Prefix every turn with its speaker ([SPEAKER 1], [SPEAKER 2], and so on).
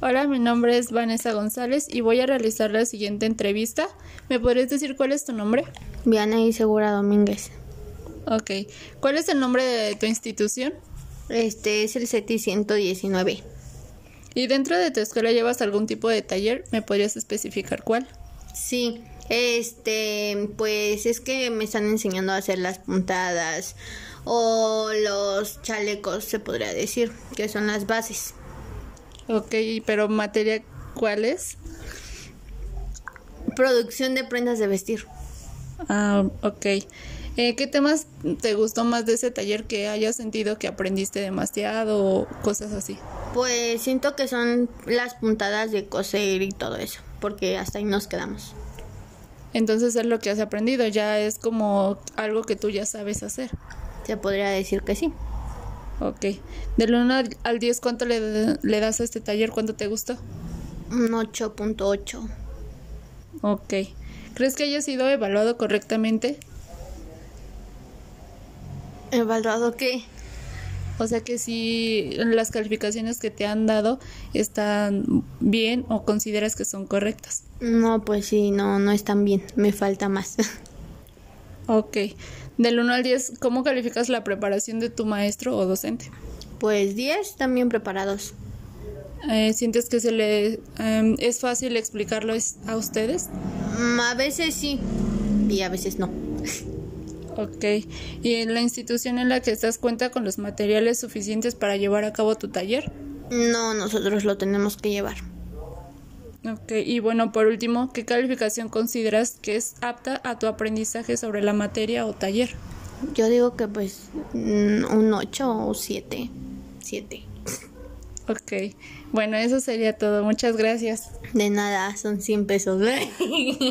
[SPEAKER 1] Hola, mi nombre es Vanessa González y voy a realizar la siguiente entrevista. ¿Me podrías decir cuál es tu nombre?
[SPEAKER 2] Viana y Segura Domínguez.
[SPEAKER 1] Ok. ¿Cuál es el nombre de tu institución?
[SPEAKER 2] Este es el CETI 119.
[SPEAKER 1] ¿Y dentro de tu escuela llevas algún tipo de taller? ¿Me podrías especificar cuál?
[SPEAKER 2] Sí, este, pues es que me están enseñando a hacer las puntadas o los chalecos, se podría decir, que son las bases.
[SPEAKER 1] Ok, pero materia, ¿cuál es?
[SPEAKER 2] Producción de prendas de vestir.
[SPEAKER 1] Ah, ok. Eh, ¿Qué temas te gustó más de ese taller que hayas sentido que aprendiste demasiado o cosas así?
[SPEAKER 2] Pues siento que son las puntadas de coser y todo eso, porque hasta ahí nos quedamos.
[SPEAKER 1] Entonces es lo que has aprendido, ya es como algo que tú ya sabes hacer.
[SPEAKER 2] Se podría decir que sí.
[SPEAKER 1] Ok. Del 1 al 10, ¿cuánto le, le das a este taller? ¿Cuánto te gustó?
[SPEAKER 2] Un 8.8.
[SPEAKER 1] Ok. ¿Crees que haya sido evaluado correctamente?
[SPEAKER 2] ¿Evaluado qué?
[SPEAKER 1] O sea que si las calificaciones que te han dado están bien o consideras que son correctas.
[SPEAKER 2] No, pues sí, no, no están bien. Me falta más.
[SPEAKER 1] Ok. Del 1 al 10, ¿cómo calificas la preparación de tu maestro o docente?
[SPEAKER 2] Pues 10, también preparados.
[SPEAKER 1] Eh, ¿Sientes que se le em, es fácil explicarlo es- a ustedes?
[SPEAKER 2] Mm, A veces sí y a veces no.
[SPEAKER 1] Ok. ¿Y en la institución en la que estás cuenta con los materiales suficientes para llevar a cabo tu taller?
[SPEAKER 2] No, nosotros lo tenemos que llevar.
[SPEAKER 1] Ok. Y bueno, por último, ¿qué calificación consideras que es apta a tu aprendizaje sobre la materia o taller?
[SPEAKER 2] Yo digo que pues mm, un 8 o 7. 7.
[SPEAKER 1] Ok. Bueno, eso sería todo. Muchas gracias.
[SPEAKER 2] De nada, son 100 pesos. ¿eh?